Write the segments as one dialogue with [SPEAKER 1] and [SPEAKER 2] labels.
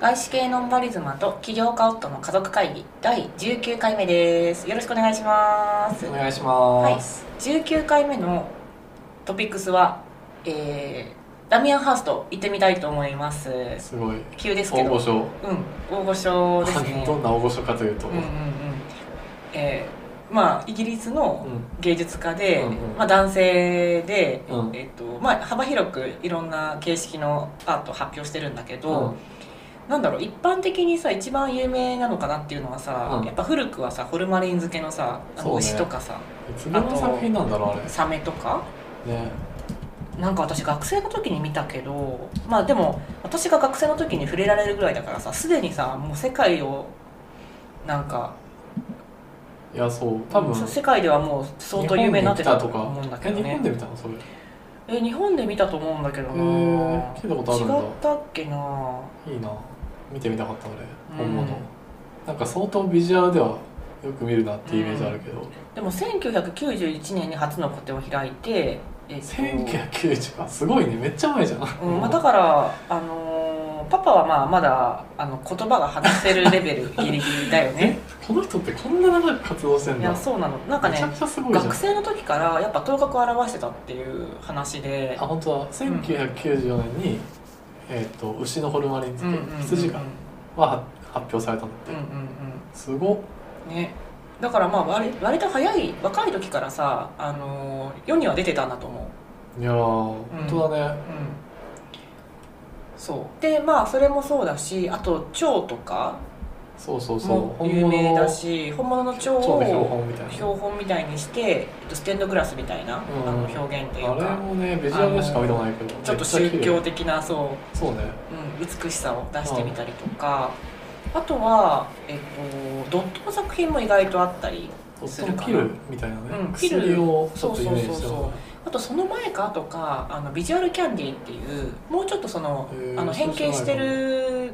[SPEAKER 1] 外資系ノンバリズマと起業家夫の家族会議第19回目ですよろしくお願いします
[SPEAKER 2] お願いします、
[SPEAKER 1] はい、19回目のトピックスは、えーダミアンハースト行ってみたいと思います
[SPEAKER 2] すごい
[SPEAKER 1] 急ですけ
[SPEAKER 2] 大
[SPEAKER 1] ど
[SPEAKER 2] 御所
[SPEAKER 1] うん大御所ですね
[SPEAKER 2] どんな大御所かというと、
[SPEAKER 1] うんうんうんえーまあイギリスの
[SPEAKER 2] う
[SPEAKER 1] 芸術家で、
[SPEAKER 2] うんうん
[SPEAKER 1] まあ、男性で、
[SPEAKER 2] うん
[SPEAKER 1] えっとまあ、幅広くいろんな形式のアートを発表してるんだけど、
[SPEAKER 2] ん
[SPEAKER 1] なんだろう一般的にさ一番有名なのかなっていうのはさ、
[SPEAKER 2] うん
[SPEAKER 1] やっぱ古くはさホルマリン漬けのさあ
[SPEAKER 2] そう
[SPEAKER 1] の
[SPEAKER 2] ね
[SPEAKER 1] 牛とかさ、
[SPEAKER 2] いつ頃の作品なんだろうあれ
[SPEAKER 1] サメとか
[SPEAKER 2] ね
[SPEAKER 1] なんか私学生の時に見たけどまあでも私が学生の時に触れられるぐらいだからさすでにさもう世界をなんか
[SPEAKER 2] いやそう多分
[SPEAKER 1] そう世界ではもう相当有名になってたと思うんだけ
[SPEAKER 2] え
[SPEAKER 1] ど
[SPEAKER 2] 日
[SPEAKER 1] ね
[SPEAKER 2] 本で見たのそれへ
[SPEAKER 1] え日本で見たと思うんだけど
[SPEAKER 2] え
[SPEAKER 1] な
[SPEAKER 2] 聞いたことあるんだ
[SPEAKER 1] 違ったっけない
[SPEAKER 2] いな見てみたかった俺
[SPEAKER 1] うん
[SPEAKER 2] 本物、なんか相当ビジュアルではよく見るなっていうイメージあるけど、
[SPEAKER 1] でも1991年に初の個展を開いて、えっと
[SPEAKER 2] 1990かすごいねめっちゃ前じゃん、
[SPEAKER 1] うんまあ、だから、あのーパパはまあまだあの言葉が話せるレベルギリギリだよ ね
[SPEAKER 2] この人ってこんな長く活動してん
[SPEAKER 1] い
[SPEAKER 2] だ
[SPEAKER 1] やそうなのなんか
[SPEAKER 2] め
[SPEAKER 1] ね
[SPEAKER 2] ちゃくちゃすごいじゃん
[SPEAKER 1] 学生の時からやっぱ頭角を表してたっていう話で
[SPEAKER 2] あ本当だ1994年に、えー、と牛のホルマリン漬け、羊が
[SPEAKER 1] うん
[SPEAKER 2] はは発表されたんだって、
[SPEAKER 1] うん
[SPEAKER 2] すごっ
[SPEAKER 1] うんねだからまあ割割と早い若い時からさ、あのー世には出てたんだと思う
[SPEAKER 2] いやー、本当だ
[SPEAKER 1] う
[SPEAKER 2] ね
[SPEAKER 1] んそうでまあそれもそうだしあと蝶とか
[SPEAKER 2] そうそうそう
[SPEAKER 1] も
[SPEAKER 2] 本
[SPEAKER 1] 有
[SPEAKER 2] 物
[SPEAKER 1] 名
[SPEAKER 2] の
[SPEAKER 1] だし本物の蝶
[SPEAKER 2] 超の標
[SPEAKER 1] を
[SPEAKER 2] 本みたいな
[SPEAKER 1] 標本みたいにして、えっと、ステンドグラスみたいな、
[SPEAKER 2] ん
[SPEAKER 1] あの表現っていう
[SPEAKER 2] あれ
[SPEAKER 1] か
[SPEAKER 2] もねビジュアルでしか見たことないけど
[SPEAKER 1] ちょっ
[SPEAKER 2] め
[SPEAKER 1] と
[SPEAKER 2] ゃ綺麗
[SPEAKER 1] 宗教的なそ
[SPEAKER 2] そうね
[SPEAKER 1] う、うん、美しさを出してみたりとか、あとは、えっと、ドットの作品も意外とあったり
[SPEAKER 2] と
[SPEAKER 1] するかな
[SPEAKER 2] ピルみたいなね、
[SPEAKER 1] うんピル
[SPEAKER 2] 薬をちょっとイメージし
[SPEAKER 1] そ
[SPEAKER 2] て
[SPEAKER 1] うそう
[SPEAKER 2] る
[SPEAKER 1] そうそうあとその前かとかあのビジュアルキャンディーっていうもうちょっとその
[SPEAKER 2] へー
[SPEAKER 1] あの変形して
[SPEAKER 2] そう
[SPEAKER 1] る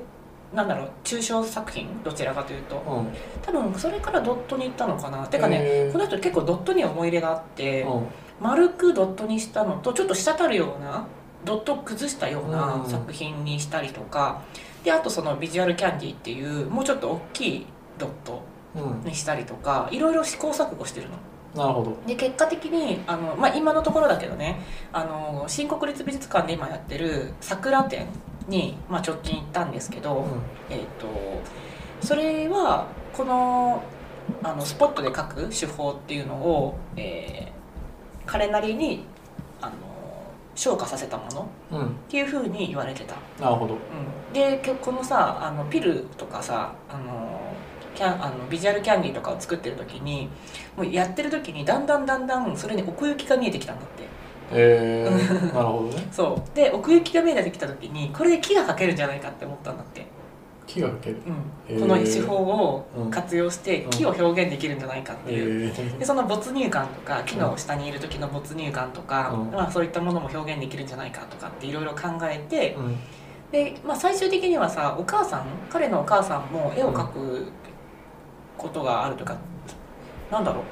[SPEAKER 1] なんだろう抽象作品どちらかというと
[SPEAKER 2] うん
[SPEAKER 1] 多分それからドットに行ったのかなてかね
[SPEAKER 2] へー
[SPEAKER 1] この人結構ドットには思い入れがあって
[SPEAKER 2] うん
[SPEAKER 1] 丸くドットにしたのとちょっと滴るようなドットを崩したような
[SPEAKER 2] うん
[SPEAKER 1] 作品にしたりとかであとそのビジュアルキャンディーっていうもうちょっと大きいドット
[SPEAKER 2] うん
[SPEAKER 1] にしたりとかいろいろ試行錯誤してるの。
[SPEAKER 2] なるほど
[SPEAKER 1] で結果的にあの、まあ、今のところだけどねあの新国立美術館で今やってる桜展に、まあ、直近行ったんですけど、えー、とそれはこのあのスポットで描く手法っていうのを、えー彼なりにあの昇華させたものっ
[SPEAKER 2] うん、うん、
[SPEAKER 1] ていうふうに言われてた、
[SPEAKER 2] なるほど
[SPEAKER 1] うん、でけこのさあのピルとかさあのキャンあのビジュアルキャンディーとかを作ってる時にもうやってる時にだんだんだんだんそれに奥行きが見えてきたんだって
[SPEAKER 2] え ー、なるほどね
[SPEAKER 1] そうで奥行きが見えてきた時にこれで木が描けるんじゃないかって思ったんだって
[SPEAKER 2] 木がける
[SPEAKER 1] う
[SPEAKER 2] へ
[SPEAKER 1] ん、
[SPEAKER 2] ー
[SPEAKER 1] この手法を
[SPEAKER 2] うん
[SPEAKER 1] 活用して
[SPEAKER 2] うん
[SPEAKER 1] 木を表現できるんじゃないかっていう、
[SPEAKER 2] え
[SPEAKER 1] で
[SPEAKER 2] ー、
[SPEAKER 1] その没入感とか木の下にいる時の没入感とか、
[SPEAKER 2] うん
[SPEAKER 1] まあ、そういったものも表現できるんじゃないかとかっていろいろ考えて
[SPEAKER 2] うん
[SPEAKER 1] で、まあ、最終的にはさお母さん彼のお母さんも絵を描くことがあるとか、なんだろう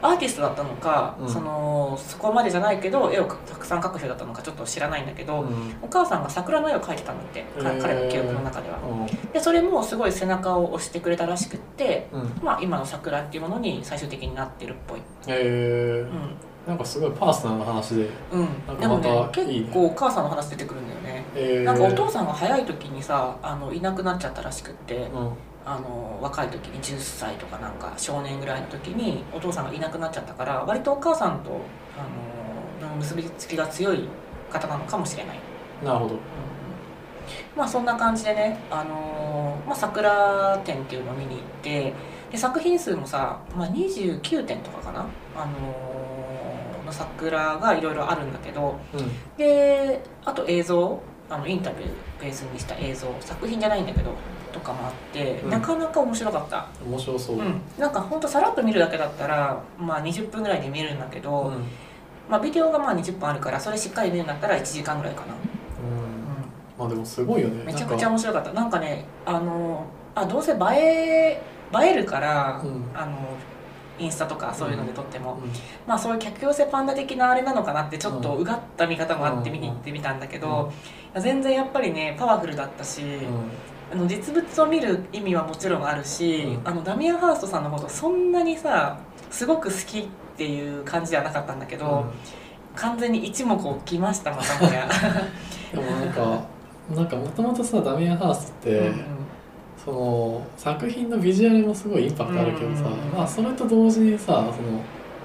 [SPEAKER 1] アーティストだったのか、
[SPEAKER 2] うん
[SPEAKER 1] そのそこまでじゃないけど絵をかたくさん描く人だったのかちょっと知らないんだけど、
[SPEAKER 2] うん
[SPEAKER 1] お母さんが桜の絵を描いてたんだって、か
[SPEAKER 2] へー
[SPEAKER 1] 彼の記憶の中では。
[SPEAKER 2] うん
[SPEAKER 1] でそれもすごい背中を押してくれたらしくって、
[SPEAKER 2] うん、
[SPEAKER 1] まあ、今の桜っていうものに最終的になってるっぽい
[SPEAKER 2] えー
[SPEAKER 1] う
[SPEAKER 2] なんかすごいパーソナルな話で、
[SPEAKER 1] ん、
[SPEAKER 2] な
[SPEAKER 1] うんん、
[SPEAKER 2] か
[SPEAKER 1] でもね
[SPEAKER 2] またいいね
[SPEAKER 1] 結構お母さんの話出てくるんだよね
[SPEAKER 2] えー、
[SPEAKER 1] なんかお父さんが早い時にさあのいなくなっちゃったらしくって
[SPEAKER 2] うん、
[SPEAKER 1] あの若い時に10歳とかなんか少年ぐらいの時にお父さんがいなくなっちゃったから割とお母さんとあのの結びつきが強い方なのかもしれない
[SPEAKER 2] なるほど、
[SPEAKER 1] まあそんな感じでね、あのーまあ、桜展っていうのを見に行ってで作品数もさ、まあ、29点とかかな、あのーの桜がいろいろあるんだけど
[SPEAKER 2] う
[SPEAKER 1] であと映像あのインタビューベースにした映像作品じゃないんだけどとかもあって、
[SPEAKER 2] うん
[SPEAKER 1] なかなか面白かった、
[SPEAKER 2] ん、面白そう、
[SPEAKER 1] う
[SPEAKER 2] うん
[SPEAKER 1] ん、なんかほんとさらっと見るだけだったら、まあ、20分ぐらいで見れるんだけど、
[SPEAKER 2] うん
[SPEAKER 1] まあ、ビデオがまあ20分あるからそれしっかり見るんだったら1時間ぐらいかな。うん
[SPEAKER 2] まあでもすごいよね
[SPEAKER 1] めちゃくちゃ
[SPEAKER 2] なんか
[SPEAKER 1] 面白かったなんかねあのあどうせ映え映えるから、
[SPEAKER 2] うん
[SPEAKER 1] あのインスタとかそういうので撮っても、
[SPEAKER 2] うん
[SPEAKER 1] まあそういう客寄せパンダ的なあれなのかなってちょっと
[SPEAKER 2] うん
[SPEAKER 1] うがった見方もあって見に行ってみたんだけど、いや全然やっぱりねパワフルだったし、
[SPEAKER 2] うん
[SPEAKER 1] あの実物を見る意味はもちろんあるし、
[SPEAKER 2] うん
[SPEAKER 1] あのダミアン・ハーストさんのことそんなにさすごく好きっていう感じじゃなかったんだけど、完全に一目置きましたまたも や。
[SPEAKER 2] でもなんかなんかもともとさダミアン・ハーストって、その作品のビジュアルもすごいインパクトあるけどさ、
[SPEAKER 1] うん
[SPEAKER 2] まあ、それと同時にさその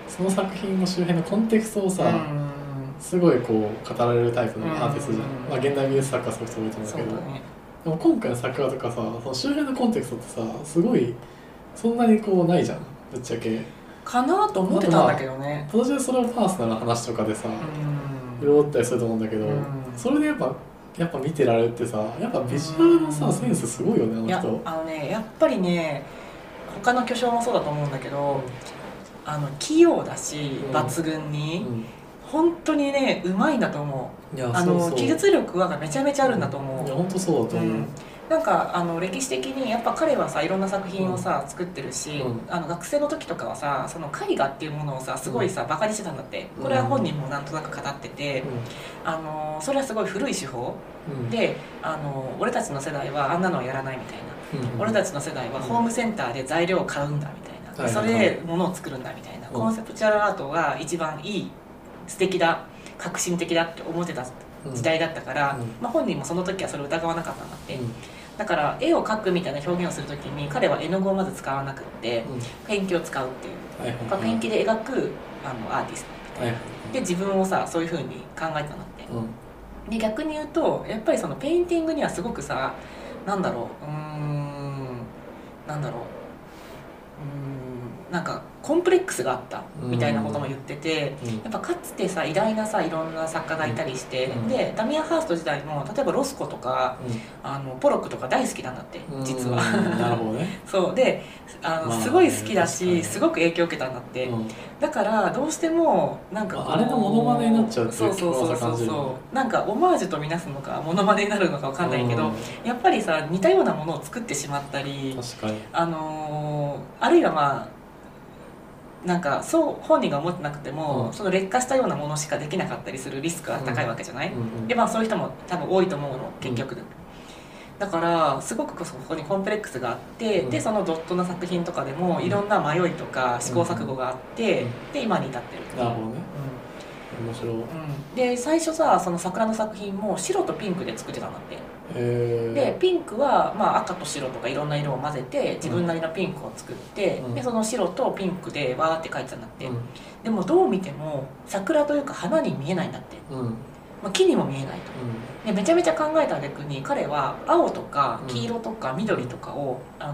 [SPEAKER 2] その作品の周辺のコンテクストをさ、
[SPEAKER 1] うん
[SPEAKER 2] すごいこう語られるタイプのアーティストじゃん、
[SPEAKER 1] うん
[SPEAKER 2] まあ、現代美術作家はそういう人もいると思う
[SPEAKER 1] そ
[SPEAKER 2] け
[SPEAKER 1] う
[SPEAKER 2] ど
[SPEAKER 1] だね
[SPEAKER 2] でも今回の作画とかさその周辺のコンテクストってさすごいそんなにこうないじゃんぶっちゃけ
[SPEAKER 1] かなと思ってたんだけどね。
[SPEAKER 2] 私はそれをパーソナルな話とかでさ
[SPEAKER 1] うん
[SPEAKER 2] 潤ったりすると思うんだけど、
[SPEAKER 1] うん
[SPEAKER 2] それでやっぱやっぱ見てられるってさやっぱビジュアルの
[SPEAKER 1] う
[SPEAKER 2] さ
[SPEAKER 1] ん
[SPEAKER 2] センスすごいよねあの
[SPEAKER 1] いや
[SPEAKER 2] 人
[SPEAKER 1] あのねやっぱりね他の巨匠もそうだと思うんだけどあの器用だし、
[SPEAKER 2] うん
[SPEAKER 1] 抜群
[SPEAKER 2] う
[SPEAKER 1] に
[SPEAKER 2] ん
[SPEAKER 1] 本当にねうまいんだと思う
[SPEAKER 2] いや
[SPEAKER 1] あの技
[SPEAKER 2] つ
[SPEAKER 1] 術力はめちゃめちゃあるんだと思
[SPEAKER 2] いうや本当そうだと思う、
[SPEAKER 1] うんなんかあの歴史的にやっぱ彼はさいろんな作品をさ、作ってるし、
[SPEAKER 2] う
[SPEAKER 1] あの学生の時とかはさその絵画っていうものをさすごいさバカにしてたんだって
[SPEAKER 2] うん
[SPEAKER 1] これは本人もなんとなく語ってて、あのそれはすごい古い手法
[SPEAKER 2] うん、
[SPEAKER 1] であの俺たちの世代はあんなのはやらないみたいな
[SPEAKER 2] うん、
[SPEAKER 1] 俺たちの世代はホームセンターで材料を買うんだみたいな、
[SPEAKER 2] はい
[SPEAKER 1] そ
[SPEAKER 2] はい
[SPEAKER 1] れで物を作るんだみたいな、
[SPEAKER 2] うん
[SPEAKER 1] コンセプチュアルアートが一番いい素敵だ革新的だって思ってた時代だったから、
[SPEAKER 2] うん
[SPEAKER 1] まあ、本人もその時はそれを疑わなかったんだって、
[SPEAKER 2] うん
[SPEAKER 1] だから絵を描くみたいな表現をする時に彼は絵の具をまず使わなくって
[SPEAKER 2] うん
[SPEAKER 1] ペンキを使うっていう
[SPEAKER 2] はいはいはい
[SPEAKER 1] ペンキで描くあのアーティスト
[SPEAKER 2] はいはい
[SPEAKER 1] で自分をさそういう風に考えたんだって
[SPEAKER 2] うん
[SPEAKER 1] で逆に言うとやっぱりそのペインティングにはすごくさなんだろううーんなんだろううーんなんかコンプレックスがあったみたいなことも言ってて。やっぱかつてさ偉大なさいろんな作家がいたりして、
[SPEAKER 2] うん
[SPEAKER 1] でダミアン・ハースト時代も例えばロスコとかあのポロックとか大好きなんだって
[SPEAKER 2] うんうん
[SPEAKER 1] 実は、
[SPEAKER 2] なるほどね、
[SPEAKER 1] そうであの、
[SPEAKER 2] まあ
[SPEAKER 1] すごい好きだ
[SPEAKER 2] 確か
[SPEAKER 1] し
[SPEAKER 2] に
[SPEAKER 1] すごく影響を受けたんだって、
[SPEAKER 2] うん
[SPEAKER 1] だからどうしてもなんかこう
[SPEAKER 2] まああれのモノマネになっちゃうってい
[SPEAKER 1] そううそうそう
[SPEAKER 2] 怖
[SPEAKER 1] そ
[SPEAKER 2] さ感
[SPEAKER 1] う
[SPEAKER 2] じるよ
[SPEAKER 1] そうなんかオマージュとみなすのかモノマネになるのかわかんないけど、
[SPEAKER 2] うん
[SPEAKER 1] やっぱりさ似たようなものを作ってしまったり
[SPEAKER 2] 確かに
[SPEAKER 1] あのーあるいはまあなんかそう本人が思ってなくても、
[SPEAKER 2] うん
[SPEAKER 1] その劣化したようなものしかできなかったりするリスクが高いわけじゃない、
[SPEAKER 2] うん
[SPEAKER 1] でまあそういう人も多分多いと思うの結局、だからすごくこそこにコンプレックスがあって、
[SPEAKER 2] うん
[SPEAKER 1] でそのドットの作品とかでも
[SPEAKER 2] うん
[SPEAKER 1] いろんな迷いとか試行錯誤があって、
[SPEAKER 2] うん
[SPEAKER 1] で今に至ってる
[SPEAKER 2] なるほどね面白い
[SPEAKER 1] うんで最初さその桜の作品も白とピンクで作ってたんだってで
[SPEAKER 2] え
[SPEAKER 1] ピンクは、まあ、赤と白とかいろんな色を混ぜて自分なりのピンクを作って、
[SPEAKER 2] うん
[SPEAKER 1] でその白とピンクでわーって描いてたんだっ
[SPEAKER 2] ー
[SPEAKER 1] て、でもどう見ても桜というか花に見えないんだって、
[SPEAKER 2] うんうんうん
[SPEAKER 1] まあ、木にも見えないとでめちゃめちゃ考えた逆に彼は青とか黄色とか緑とかを、あのー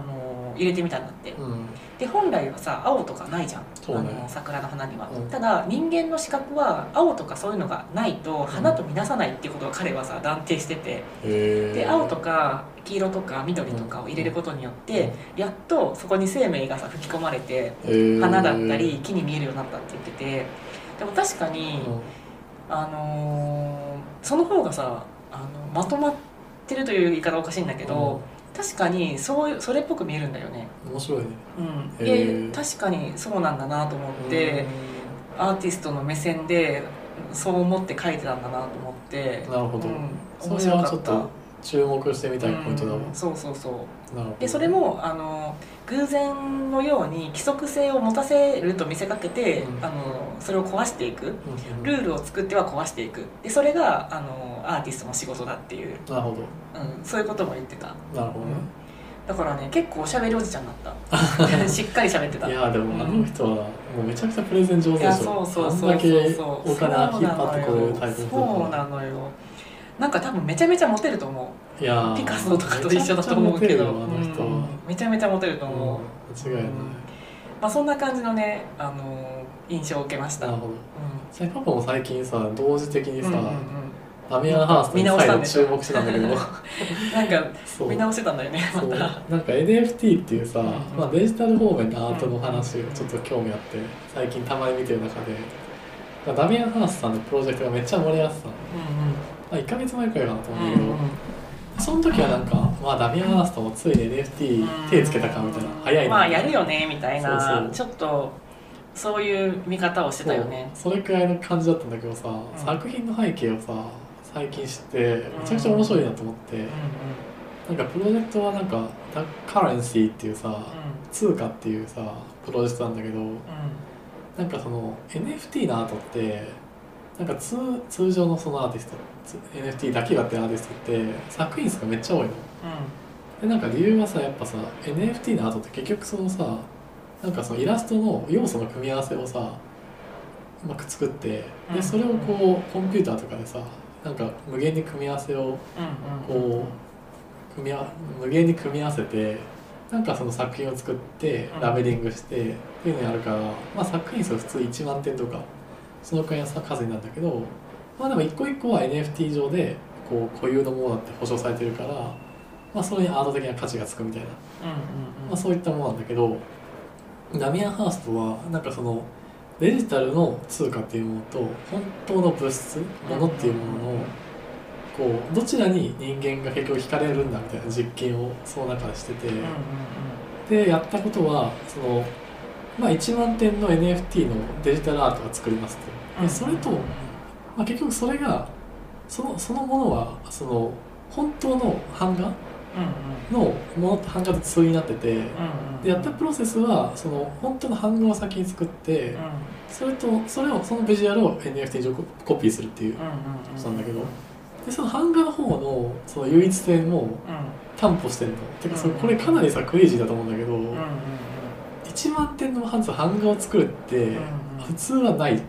[SPEAKER 1] 入れてみたんだって
[SPEAKER 2] うん
[SPEAKER 1] で本来はさ青とかないじゃん、
[SPEAKER 2] そうね
[SPEAKER 1] あの桜の花には、
[SPEAKER 2] うん
[SPEAKER 1] ただ人間の視覚は青とかそういうのがないと花と見なさないっていうことを彼はさ断定してて
[SPEAKER 2] えー
[SPEAKER 1] で青とか黄色とか緑とかを入れることによって、やっとそこに生命がさ吹き込まれて
[SPEAKER 2] えー
[SPEAKER 1] 花だったり木に見えるようになったって言っててでも確かに、
[SPEAKER 2] うん
[SPEAKER 1] あのーその方がさあのまとまってるという言い方おかしいんだけど、確かにそういうそれっぽく見えるんだよね、
[SPEAKER 2] うん面白いね
[SPEAKER 1] うん、
[SPEAKER 2] へ
[SPEAKER 1] で
[SPEAKER 2] ー
[SPEAKER 1] 確かにそうなんだなと思って、
[SPEAKER 2] う
[SPEAKER 1] アーティストの目線でそう思って書いてたんだなと思って
[SPEAKER 2] ん、なるほど
[SPEAKER 1] うん、
[SPEAKER 2] そ
[SPEAKER 1] 面
[SPEAKER 2] れ
[SPEAKER 1] 白か
[SPEAKER 2] は
[SPEAKER 1] った
[SPEAKER 2] ちょっと注目してみたいポイントだわ
[SPEAKER 1] うんそうそうそう
[SPEAKER 2] なるほど
[SPEAKER 1] でそれもあの偶然のように規則性を持たせると見せかけて、
[SPEAKER 2] うん
[SPEAKER 1] あのそれを壊していく
[SPEAKER 2] うんうん
[SPEAKER 1] ルールを作っては壊していくでそれがあのアーティストの仕事だっていう、
[SPEAKER 2] なるほ
[SPEAKER 1] うん、そういうことも言ってた
[SPEAKER 2] どなるほどね
[SPEAKER 1] だからね結構おしゃべりおじちゃんだった しっかりしゃべってた
[SPEAKER 2] い
[SPEAKER 1] いや
[SPEAKER 2] やーでもあの人はもうめちゃくちゃプレゼン上手でし
[SPEAKER 1] そ
[SPEAKER 2] ょ
[SPEAKER 1] うそうそう
[SPEAKER 2] あん
[SPEAKER 1] そう
[SPEAKER 2] だけ
[SPEAKER 1] そう
[SPEAKER 2] お金引っ張ってこれるタイプの人だ
[SPEAKER 1] そうなのよなんか多分めちゃめちゃモテると思
[SPEAKER 2] いやー
[SPEAKER 1] うピカソとかと一緒だと思うけど
[SPEAKER 2] めちゃくちゃモテるよあの人は
[SPEAKER 1] うんめちゃめちゃモテると思う、
[SPEAKER 2] うん間違いない
[SPEAKER 1] まあ、そんな感じのね、あのー印象を受けました、
[SPEAKER 2] な
[SPEAKER 1] うん
[SPEAKER 2] るほどそれパパも最近さ同時的に
[SPEAKER 1] うんう
[SPEAKER 2] さ
[SPEAKER 1] んうん、
[SPEAKER 2] ダミアン・ハーストに
[SPEAKER 1] 見直したんで
[SPEAKER 2] 再度
[SPEAKER 1] しょ
[SPEAKER 2] 注目してたんだけ ど
[SPEAKER 1] なんか
[SPEAKER 2] そう
[SPEAKER 1] 見直してたんだよねま
[SPEAKER 2] そう
[SPEAKER 1] た
[SPEAKER 2] なんか NFT っていうさ、
[SPEAKER 1] うんうん
[SPEAKER 2] まあ、デジタル方面のアートの話がちょっと興味あって最近たまに見てる中でまあダミアン・ハーストさんのプロジェクトがめっちゃ盛り上がってたの、まあ、1ヶ月前くらいかなと
[SPEAKER 1] うんう
[SPEAKER 2] 思うん
[SPEAKER 1] ん
[SPEAKER 2] だけど、その時はなんか、まあ、ダミアン・ハーストもついに NFT 手つけたかみたいな、早いな
[SPEAKER 1] まあやるよねみたいな
[SPEAKER 2] そうそう
[SPEAKER 1] ちょっとそういう見方をしてたよね
[SPEAKER 2] そうそれくらいの感じだったんだけどさ、作品の背景をさ最近知ってめちゃくちゃ面白いなと思って、
[SPEAKER 1] うんうん
[SPEAKER 2] なんかプロジェクトはなんかダカレンシーっていうさ通貨っていうさプロジェクトなんだけどなんかその NFT のアートってなんか通通常のそのアーティストつ NFT だけがってるアーティストって作品数がめっちゃ多いのでなんか理由はさやっぱさ NFT のアートって結局そのさなんかそのイラストの要素の組み合わせをさうまく作って
[SPEAKER 1] うん
[SPEAKER 2] でそれをこうコンピューターとかでさなんか無限に組み合わせをこう組み合わ無限に組み合わせてなんかその作品を作って
[SPEAKER 1] うん
[SPEAKER 2] ラベリングしてっていうのやるから、まあ、作品数普通1万点とかそのくらいの数になるんだけどまあでも一個一個は NFT 上でこう固有のものだって保証されてるから、まあ、それにアート的な価値がつくみたいな、まあ、そういったものなんだけどダミアン・ハーストはなんかそのデジタルの通貨っていうものと本当の物質ものっていうもののこうどちらに人間が結局惹かれるんだみたいな実験をその中でしてて、でやったことはその、まあ、1万点の NFT のデジタルアートを作りますとでそれと、まあ、結局それがそのそのものはその本当の版画のものと版画と通になっててでやったプロセスはその本当の版画を先に作ってそれとそれをそのビジュアルを NFT 上コピーするっていうことなんだけどでその版画の方のその唯一性も担保してるのてかそれこれかなりさクレイジーだと思うんだけど、1万点の版画を作るって普通はない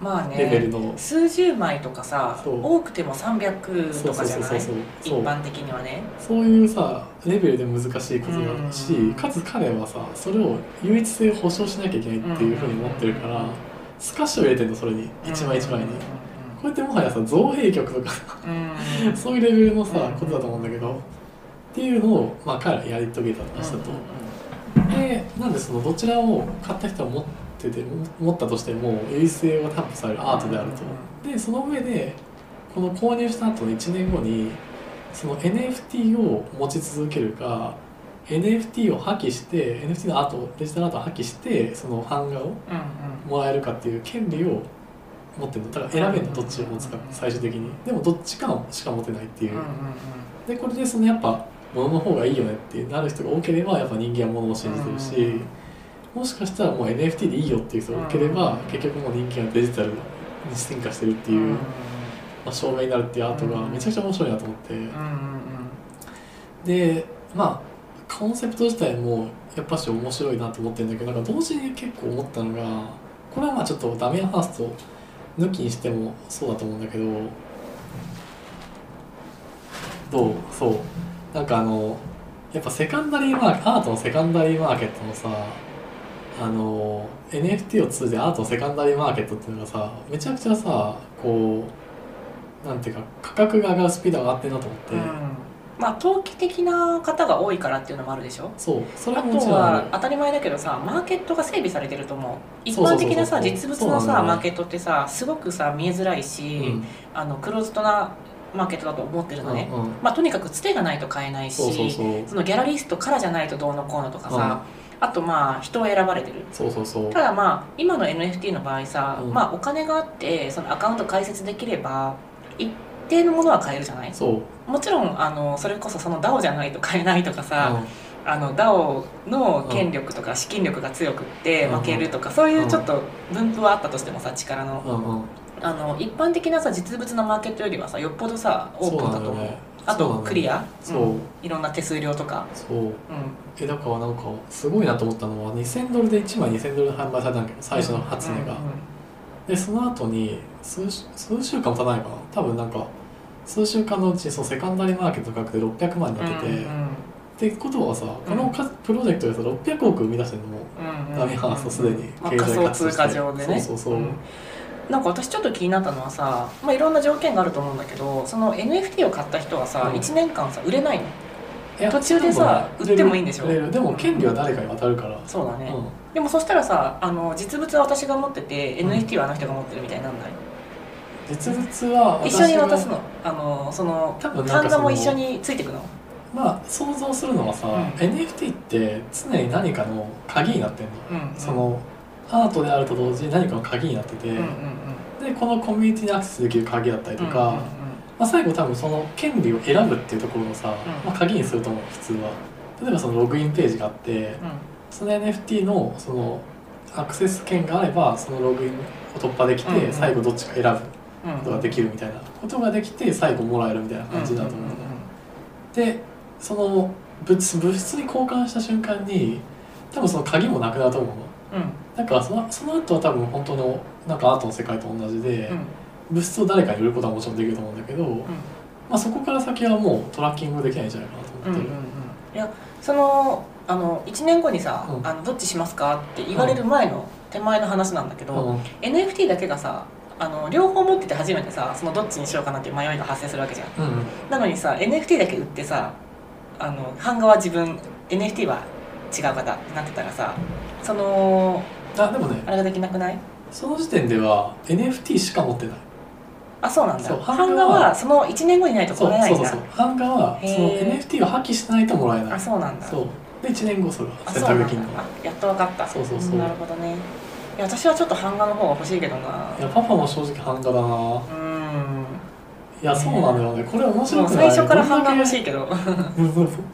[SPEAKER 1] まあ
[SPEAKER 2] レベ
[SPEAKER 1] ね
[SPEAKER 2] ルの、
[SPEAKER 1] 数十枚とかさ
[SPEAKER 2] そう
[SPEAKER 1] 多くても300
[SPEAKER 2] そ
[SPEAKER 1] と
[SPEAKER 2] うそ
[SPEAKER 1] か
[SPEAKER 2] う
[SPEAKER 1] じゃ
[SPEAKER 2] そう
[SPEAKER 1] な
[SPEAKER 2] そう
[SPEAKER 1] い
[SPEAKER 2] そう
[SPEAKER 1] 一
[SPEAKER 2] そう
[SPEAKER 1] 般的にはね
[SPEAKER 2] そういうさレベルで難しいことがあるし、
[SPEAKER 1] うん
[SPEAKER 2] かつ彼はさそれを唯一性を保証しなきゃいけないっていうふうに思ってるから、
[SPEAKER 1] うん
[SPEAKER 2] スカッシュを入れてんのそれに一枚一枚に、
[SPEAKER 1] うん
[SPEAKER 2] こうやってもはやさ造幣局とか
[SPEAKER 1] うんうん
[SPEAKER 2] そういうレベルのさ、
[SPEAKER 1] うん
[SPEAKER 2] ことだと思うんだけどっていうのを、まあ、彼はやり遂げた話だと、でなんでそのどちらを買った人は持ってても持ったとしても優位性を担保されるアートであると、でその上でこの購入した後の1年後にその NFT を持ち続けるか NFT を破棄して NFT のアートデジタルアートを破棄してその版画を
[SPEAKER 1] うん
[SPEAKER 2] もらえるかっていう権利を持ってるのだから選べるのどっちを持つか最終的にでもどっちかしか持てないってい
[SPEAKER 1] うんうんう
[SPEAKER 2] う、
[SPEAKER 1] んうん
[SPEAKER 2] でこれでそのやっぱ物の方がいいよねってなる人が多ければやっぱ人間は物を信じてるし、
[SPEAKER 1] うん
[SPEAKER 2] もしかしたらもう NFT でいいよっていう人が多ければ、
[SPEAKER 1] うん
[SPEAKER 2] 結局もう人間はデジタルに進化してるってい
[SPEAKER 1] う
[SPEAKER 2] う、
[SPEAKER 1] んうん
[SPEAKER 2] まあ、証明になるっていうアートがめちゃくちゃ面白いなと思って、
[SPEAKER 1] うん
[SPEAKER 2] でまあコンセプト自体もやっぱし面白いなと思ってるんだけどなんか同時に結構思ったのがこれはまあちょっとダミアン・ハースト抜きにしてもそうだと思うんだけどどうそうなんかあのやっぱセカンダリーマーケアートのセカンダリーマーケットのさあの NFT を通じてアートのセカンダリーマーケットっていうのがさめちゃくちゃさこうなんていうか価格が上がるスピードが上がってるなと思って。
[SPEAKER 1] うんまあ投機的な方が多いからっていうのもあるでしょ
[SPEAKER 2] そう、それ
[SPEAKER 1] あ
[SPEAKER 2] は
[SPEAKER 1] と
[SPEAKER 2] もちろんあ
[SPEAKER 1] は
[SPEAKER 2] る
[SPEAKER 1] 当たり前だけどさマーケットが整備されてると思う一
[SPEAKER 2] そうそ
[SPEAKER 1] 般
[SPEAKER 2] うそうそう
[SPEAKER 1] 的なさ実物の
[SPEAKER 2] そうな
[SPEAKER 1] さ
[SPEAKER 2] んだ
[SPEAKER 1] マ
[SPEAKER 2] よね
[SPEAKER 1] ーケットってさすごくさ見えづらいし、
[SPEAKER 2] うん
[SPEAKER 1] あのクローズドなマーケットだと思ってるのね、
[SPEAKER 2] うんうん
[SPEAKER 1] まあ、とにかくつてがないと買えないし
[SPEAKER 2] そうそうそう
[SPEAKER 1] そのギャラリストからじゃないとどうのこうのとかさ、あとまあ人を選ばれてる
[SPEAKER 2] そうそうそう
[SPEAKER 1] ただまあ今の NFT の場合さ、
[SPEAKER 2] うん
[SPEAKER 1] まあお金があってそのアカウント開設できれば一定のものは買えるじゃない
[SPEAKER 2] そう
[SPEAKER 1] もちろんあのそれこそその DAO じゃないと買えないとかさ、
[SPEAKER 2] うん
[SPEAKER 1] あの DAO の権力とか資金力が強くって負けるとか、そういうちょっと分布はあったとしてもさ力の
[SPEAKER 2] うんうん
[SPEAKER 1] あの一般的なさ実物のマーケットよりはさよっぽどさオープンだと
[SPEAKER 2] そうな
[SPEAKER 1] 思
[SPEAKER 2] の
[SPEAKER 1] う、
[SPEAKER 2] よね
[SPEAKER 1] あ
[SPEAKER 2] そうなの
[SPEAKER 1] と
[SPEAKER 2] よ
[SPEAKER 1] クリア、
[SPEAKER 2] そう、
[SPEAKER 1] んいろんな手数料とか、
[SPEAKER 2] そう
[SPEAKER 1] うん
[SPEAKER 2] えだからなんかすごいなと思ったのは2000ドルで1枚2000ドルで販売されたんだけど最初の初値が、
[SPEAKER 1] うんうん
[SPEAKER 2] でその後に数し数週間も経たないかな多分なんか数週間のうちにそのセカンダリーマーケットの価格で600万になってて、
[SPEAKER 1] うん
[SPEAKER 2] っ、てことはさこのかプロジェクトでさ600億生み出してるのも
[SPEAKER 1] うんうん
[SPEAKER 2] ダメハーストすでに
[SPEAKER 1] まあ、
[SPEAKER 2] 経
[SPEAKER 1] 仮
[SPEAKER 2] 済
[SPEAKER 1] 想
[SPEAKER 2] 活
[SPEAKER 1] 通
[SPEAKER 2] 動して
[SPEAKER 1] 貨上でね
[SPEAKER 2] そうそうそう
[SPEAKER 1] なんか私ちょっと気になったのはさ、まあ、いろんな条件があると思うんだけどその NFT を買った人はさ、
[SPEAKER 2] うん
[SPEAKER 1] 1年間さ売れないの
[SPEAKER 2] いや
[SPEAKER 1] 途中でさ
[SPEAKER 2] そうなの
[SPEAKER 1] 売ってもいいんでしょ
[SPEAKER 2] 売れるでも権利は誰かに渡るから
[SPEAKER 1] そうだね、
[SPEAKER 2] うん
[SPEAKER 1] でもそしたらさあの実物は私が持ってて
[SPEAKER 2] うん
[SPEAKER 1] NFT はあの人が持ってるみたいになんない、
[SPEAKER 2] 実物は
[SPEAKER 1] 一緒に
[SPEAKER 2] が
[SPEAKER 1] 渡すのあのその
[SPEAKER 2] 多分なん
[SPEAKER 1] 単
[SPEAKER 2] か
[SPEAKER 1] 価
[SPEAKER 2] その
[SPEAKER 1] も一緒についてくの
[SPEAKER 2] まあ想像するのはさ、
[SPEAKER 1] うん
[SPEAKER 2] NFT って常に何かの鍵になってんの、
[SPEAKER 1] うん
[SPEAKER 2] そのアートであると同時に何かの鍵になってて、
[SPEAKER 1] うんうんうん
[SPEAKER 2] でこのコミュニティにアクセスできる鍵だったりとか、
[SPEAKER 1] うん
[SPEAKER 2] まあ、最後多分その権利を選ぶっていうところをさ、
[SPEAKER 1] うん
[SPEAKER 2] まあ、鍵にすると思う普通は例えばそのログインページがあってその NFT のそのアクセス権があればそのログインを突破でき
[SPEAKER 1] うんう
[SPEAKER 2] て
[SPEAKER 1] ん
[SPEAKER 2] 最後どっちか選ぶ
[SPEAKER 1] うんうん
[SPEAKER 2] ことができるみたいなことができて最後もらえるみたいな感じだと思うんだよでその物物質に交換した瞬間に多分その鍵もなくなると思うの
[SPEAKER 1] うんうん
[SPEAKER 2] だからそのその後は多分本当のなんかアートの世界と同じで、
[SPEAKER 1] うん
[SPEAKER 2] 物質を誰かに売ることはもちろんできると思うんだけど、まあ、そこから先はもうトラッキングできないんじゃないかなと
[SPEAKER 1] うんう
[SPEAKER 2] 思
[SPEAKER 1] ん
[SPEAKER 2] っ
[SPEAKER 1] うん
[SPEAKER 2] てる、
[SPEAKER 1] いやそのあの1年後にさ、
[SPEAKER 2] うん
[SPEAKER 1] あのどっちしますかって言われる前の手前の話なんだけど、
[SPEAKER 2] うん
[SPEAKER 1] NFT だけがさあの両方持ってて初めてさそのどっちにしようかなっていう迷いが発生するわけじゃん
[SPEAKER 2] うんうん
[SPEAKER 1] なのにさ NFT だけ売ってさあの版画は自分 NFT は違う方ってなってたらさその
[SPEAKER 2] あでもね
[SPEAKER 1] あれができなくない
[SPEAKER 2] その時点では NFT しか持ってない
[SPEAKER 1] あそうなんだ
[SPEAKER 2] そう
[SPEAKER 1] 版画はその1年後にないと
[SPEAKER 2] そ
[SPEAKER 1] も
[SPEAKER 2] う
[SPEAKER 1] らえない
[SPEAKER 2] そ
[SPEAKER 1] ん
[SPEAKER 2] うそう
[SPEAKER 1] だ
[SPEAKER 2] そう版画はそ
[SPEAKER 1] へー
[SPEAKER 2] の NFT を破棄しないともらえな
[SPEAKER 1] あ
[SPEAKER 2] い
[SPEAKER 1] そうなんだ
[SPEAKER 2] そうで1年後それは
[SPEAKER 1] あ
[SPEAKER 2] 選
[SPEAKER 1] そうなん
[SPEAKER 2] 択
[SPEAKER 1] だ
[SPEAKER 2] できるの
[SPEAKER 1] あやっと分かった
[SPEAKER 2] そうそうそうん
[SPEAKER 1] なるほどねいや私はちょっと版画の方が欲しいけどない
[SPEAKER 2] やパパも正直版画だな
[SPEAKER 1] うーん
[SPEAKER 2] いやそうなんだよねこれ面白
[SPEAKER 1] もう
[SPEAKER 2] くない
[SPEAKER 1] 最初から版画欲し
[SPEAKER 2] い
[SPEAKER 1] いけど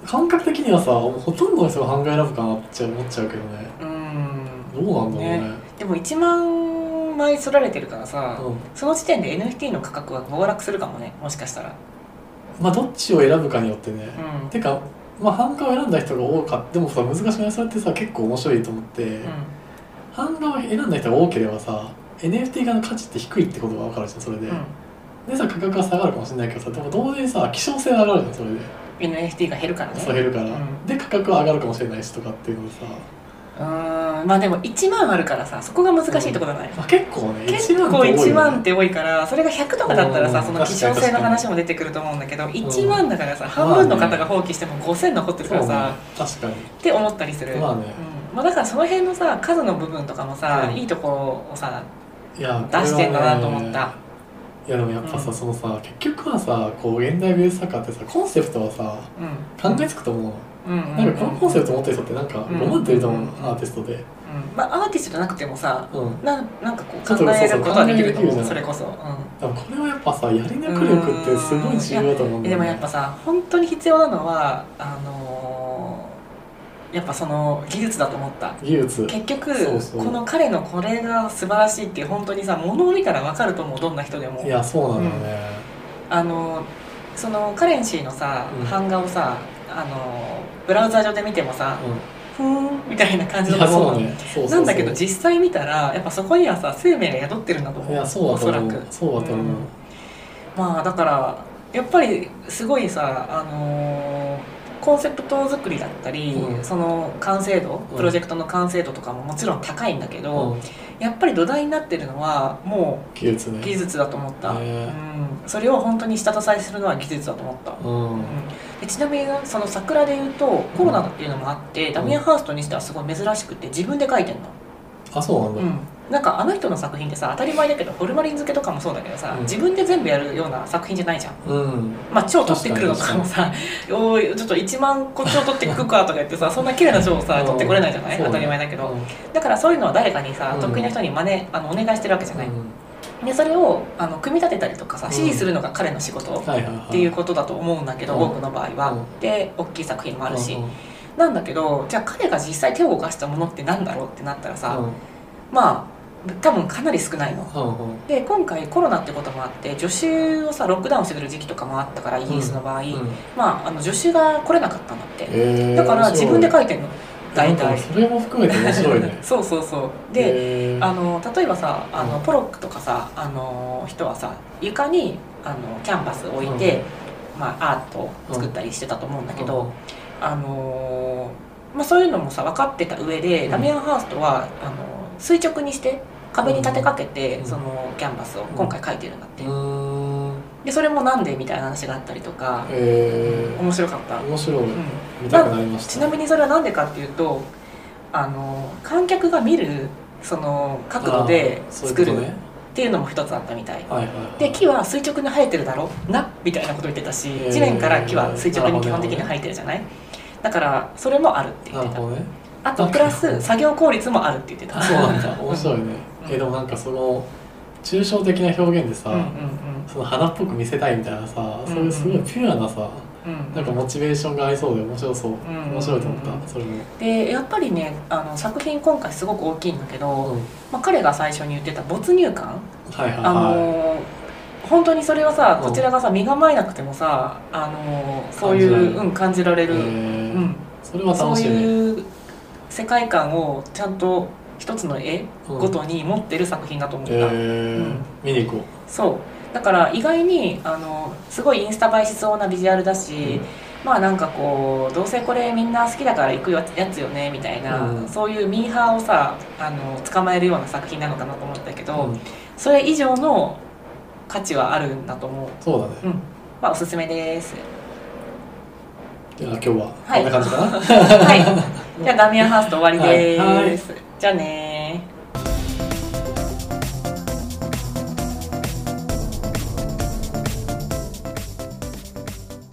[SPEAKER 2] 感覚的にはさもうほとんどの人が版画選ぶかなって思っちゃうけどね
[SPEAKER 1] うーん
[SPEAKER 2] どうなんだろうね
[SPEAKER 1] ねでも1万枚取られてるからさ、
[SPEAKER 2] うん
[SPEAKER 1] その時点で NFT の価格は暴落するかもねもしかしたら
[SPEAKER 2] まあどっちを選ぶかによってね、
[SPEAKER 1] うん
[SPEAKER 2] てかまあ版画を選んだ人が多かったでもさ難しくないそれってさ結構面白いと思って、版画を選んだ人が多ければさ NFT 化の価値って低いってことが分かるじゃんそれで、
[SPEAKER 1] うん、
[SPEAKER 2] でさ価格が下がるかもしれないけどさでも同時にさ希少性が上がるじゃんそれで
[SPEAKER 1] うん、NFT が減るからね
[SPEAKER 2] そう減るから、
[SPEAKER 1] うん
[SPEAKER 2] で価格は上がるかもしれないしとかっていうのでさ、
[SPEAKER 1] うーんまあでも1万あるからさそこが難しいところだね、
[SPEAKER 2] まあ、結構ね
[SPEAKER 1] 結構
[SPEAKER 2] って多い
[SPEAKER 1] 1
[SPEAKER 2] よ
[SPEAKER 1] 万っ
[SPEAKER 2] ね
[SPEAKER 1] て多いからそれが100とかだったら
[SPEAKER 2] う
[SPEAKER 1] さ
[SPEAKER 2] ん
[SPEAKER 1] その希少性の話も出てくると思うんだけど1万だからさ半分の方が放棄しても5000残ってる
[SPEAKER 2] そ
[SPEAKER 1] か
[SPEAKER 2] う
[SPEAKER 1] ら
[SPEAKER 2] ね
[SPEAKER 1] さ
[SPEAKER 2] 確かに
[SPEAKER 1] って思ったりする、
[SPEAKER 2] まあね
[SPEAKER 1] うんまあ、だからその辺のさ数の部分とかもさ、
[SPEAKER 2] うん
[SPEAKER 1] いいところをさ
[SPEAKER 2] いや
[SPEAKER 1] 出してんだなと思った
[SPEAKER 2] これはねいやでもやっぱさ、
[SPEAKER 1] うん
[SPEAKER 2] そのさ結局はさこう現代美術作家ってさコンセプトはさ
[SPEAKER 1] うん
[SPEAKER 2] 考えつくと思うの、
[SPEAKER 1] うんうん
[SPEAKER 2] なんかこのコンセプト持ってる人ってなんか
[SPEAKER 1] うん
[SPEAKER 2] 5万っていると思うの、
[SPEAKER 1] うん
[SPEAKER 2] アーティストで、
[SPEAKER 1] うんまあ、アーティストじゃなくてもさ
[SPEAKER 2] うん、
[SPEAKER 1] ななんかこう
[SPEAKER 2] ちょ
[SPEAKER 1] 考
[SPEAKER 2] っと
[SPEAKER 1] えることはできると思う
[SPEAKER 2] そうそう
[SPEAKER 1] そ
[SPEAKER 2] 考え
[SPEAKER 1] れ
[SPEAKER 2] る
[SPEAKER 1] こそ、うん、
[SPEAKER 2] でもこれはやっぱさやり抜く力ってすごい重要だと思うんだ
[SPEAKER 1] で
[SPEAKER 2] よ
[SPEAKER 1] も
[SPEAKER 2] ね
[SPEAKER 1] やっぱさ本当に必要なのはあのーやっぱその技術だと思った
[SPEAKER 2] 技術
[SPEAKER 1] 結局
[SPEAKER 2] そうそう
[SPEAKER 1] この彼のこれが素晴らしいって本当にさ物を見たら分かると思うどんな人でも
[SPEAKER 2] いやそうなんだよね、
[SPEAKER 1] あのーそのカレンシーのさ
[SPEAKER 2] うん
[SPEAKER 1] 版画をさ、あのーブラウザ上で見てもさ、ふーんみたいな感
[SPEAKER 2] うん
[SPEAKER 1] じ
[SPEAKER 2] い
[SPEAKER 1] だ
[SPEAKER 2] や
[SPEAKER 1] と思
[SPEAKER 2] そうう
[SPEAKER 1] の
[SPEAKER 2] ねそうそうそう
[SPEAKER 1] なんだけど実際見たらやっぱそこにはさ生命が宿ってるんだと思う
[SPEAKER 2] いやそうだ
[SPEAKER 1] お
[SPEAKER 2] と
[SPEAKER 1] そら
[SPEAKER 2] 思
[SPEAKER 1] く
[SPEAKER 2] うそうだと思う、
[SPEAKER 1] んまあだからやっぱりすごいさ、あのーコンセプト作りだったり、
[SPEAKER 2] うん
[SPEAKER 1] その完成度
[SPEAKER 2] うん
[SPEAKER 1] プロジェクトの完成度とかももちろん高いんだけど、
[SPEAKER 2] うん
[SPEAKER 1] やっぱり土台になってるのはも
[SPEAKER 2] 技術ね
[SPEAKER 1] う技術だと思った、
[SPEAKER 2] ね
[SPEAKER 1] うん、それを本当に下支えするのは技術だと思った、
[SPEAKER 2] うん、
[SPEAKER 1] うんでちなみにその桜でいうとコロナっていうのもあって、ダミアン・ハーストにしてはすごい珍しくて自分で描いてんの、
[SPEAKER 2] あそうなんだ、
[SPEAKER 1] うん、なんかあの人の作品ってさ当たり前だけどホルマリン漬けとかもそうだけどさ、
[SPEAKER 2] うん
[SPEAKER 1] 自分で全部やるような作品じゃないじゃん
[SPEAKER 2] うん
[SPEAKER 1] まあ、蝶取ってくるのとかもさ「 おいちょっと1万個蝶取ってくか」とか言ってさそんな綺麗な蝶をさ
[SPEAKER 2] うん
[SPEAKER 1] 取ってこれないじゃない、
[SPEAKER 2] そうね
[SPEAKER 1] 当たり前だけど、
[SPEAKER 2] うん
[SPEAKER 1] だからそういうのは誰かにさ、
[SPEAKER 2] うん
[SPEAKER 1] 得意な人に真似あのお願いしてるわけじゃない、
[SPEAKER 2] うん
[SPEAKER 1] でそれをあの組み立てたりとかさ
[SPEAKER 2] うん
[SPEAKER 1] 指示するのが彼の仕事っ
[SPEAKER 2] はいはいはい、
[SPEAKER 1] ていうことだと思うんだけど、
[SPEAKER 2] うん
[SPEAKER 1] 多くの場合は、
[SPEAKER 2] うん
[SPEAKER 1] で大きい作品もあるし、
[SPEAKER 2] うんうん
[SPEAKER 1] なんだけどじゃあ彼が実際手を動かしたものってなんだろうってなったらさ、
[SPEAKER 2] うん
[SPEAKER 1] まあ多分かなり少ないの。
[SPEAKER 2] うんうん
[SPEAKER 1] で今回コロナってこともあって助手をさロックダウンしてくる時期とかもあったからイギリスの場合、
[SPEAKER 2] うん
[SPEAKER 1] まあ、あの助手が来れなかったんだって
[SPEAKER 2] えー
[SPEAKER 1] だから自分で
[SPEAKER 2] い
[SPEAKER 1] 書いてんの大
[SPEAKER 2] なん
[SPEAKER 1] 体
[SPEAKER 2] かそれも含めて面白いね
[SPEAKER 1] そうそうそうで、
[SPEAKER 2] えー
[SPEAKER 1] あの例えばさあの
[SPEAKER 2] うん
[SPEAKER 1] ポロックとかさあの人はさ床にあのキャンバスを置いて、まあ、アートを作ったりしてたと思うんだけど、あのまあ、そういうのもさ分かってた上で、
[SPEAKER 2] うん
[SPEAKER 1] ダミアン・ハーストはあの垂直にして壁に立てかけて、
[SPEAKER 2] うん
[SPEAKER 1] そのキャンバスを今回描いてるんだって、
[SPEAKER 2] うーん
[SPEAKER 1] でそれもなんでみたいな話があったりとか、
[SPEAKER 2] え
[SPEAKER 1] 面白かった、
[SPEAKER 2] ー面白い
[SPEAKER 1] うん
[SPEAKER 2] 見たくなりました
[SPEAKER 1] ちなみにそれは何でかっていうとあの観客が見るその角度で
[SPEAKER 2] あーそういう
[SPEAKER 1] 作
[SPEAKER 2] こ
[SPEAKER 1] る
[SPEAKER 2] とね
[SPEAKER 1] っていうのも一つあったみたい
[SPEAKER 2] はいはいはい
[SPEAKER 1] で木は垂直に生えてるだろなみたいなこと言ってたし
[SPEAKER 2] へー
[SPEAKER 1] 地面から木は垂直に基本的に生えてるじゃないだからそれもあるって言
[SPEAKER 2] な
[SPEAKER 1] っ
[SPEAKER 2] る
[SPEAKER 1] てた
[SPEAKER 2] ほどね
[SPEAKER 1] あとプラス作業効率もあるって言ってた
[SPEAKER 2] そうなんだ面白いね
[SPEAKER 1] うん
[SPEAKER 2] えーでもなんかその抽象的な表現でさ、
[SPEAKER 1] うんうんうんうん
[SPEAKER 2] その花っぽく見せたいみたいなさそう
[SPEAKER 1] うん
[SPEAKER 2] いううんすごいピュアなさ
[SPEAKER 1] うん
[SPEAKER 2] なんかモチベーションが合いそうで面白そう
[SPEAKER 1] うん
[SPEAKER 2] 面白いと思っ
[SPEAKER 1] うん
[SPEAKER 2] たそれも
[SPEAKER 1] でやっぱりねあの作品今回すごく大きいんだけど、
[SPEAKER 2] うん
[SPEAKER 1] まあ、彼が最初に言ってた没入感、
[SPEAKER 2] はいはい
[SPEAKER 1] あ
[SPEAKER 2] は
[SPEAKER 1] のー本当にそれはさ
[SPEAKER 2] うん
[SPEAKER 1] こちらがさ身構えなくてもさあのーそうい
[SPEAKER 2] 感じられ
[SPEAKER 1] ううん感じられる、
[SPEAKER 2] るいえ
[SPEAKER 1] う
[SPEAKER 2] ー
[SPEAKER 1] ん、
[SPEAKER 2] それは
[SPEAKER 1] そ
[SPEAKER 2] 楽
[SPEAKER 1] う
[SPEAKER 2] しいね
[SPEAKER 1] いう世界観をちゃんと一つの絵
[SPEAKER 2] うん
[SPEAKER 1] ごとに持ってる作品だと思った、
[SPEAKER 2] え
[SPEAKER 1] う
[SPEAKER 2] ー
[SPEAKER 1] ん
[SPEAKER 2] 見に行こ
[SPEAKER 1] そうだから意外にあのすごいインスタ映えしそうなビジュアルだし、
[SPEAKER 2] ううん
[SPEAKER 1] まあなんかこうどうせこれみんな好きだから行くやつよねみたいな、
[SPEAKER 2] うん
[SPEAKER 1] そういうミーハーをさあの捕まえるような作品なのかなと思ったけど、
[SPEAKER 2] うん
[SPEAKER 1] それ以上の価値はあるんだと思う
[SPEAKER 2] そうだね
[SPEAKER 1] うんまあおすすめです
[SPEAKER 2] じゃあ今日は
[SPEAKER 1] は
[SPEAKER 2] こ
[SPEAKER 1] い
[SPEAKER 2] んな感じかな
[SPEAKER 1] はいじゃあダミアンハースト終わりです、じゃあね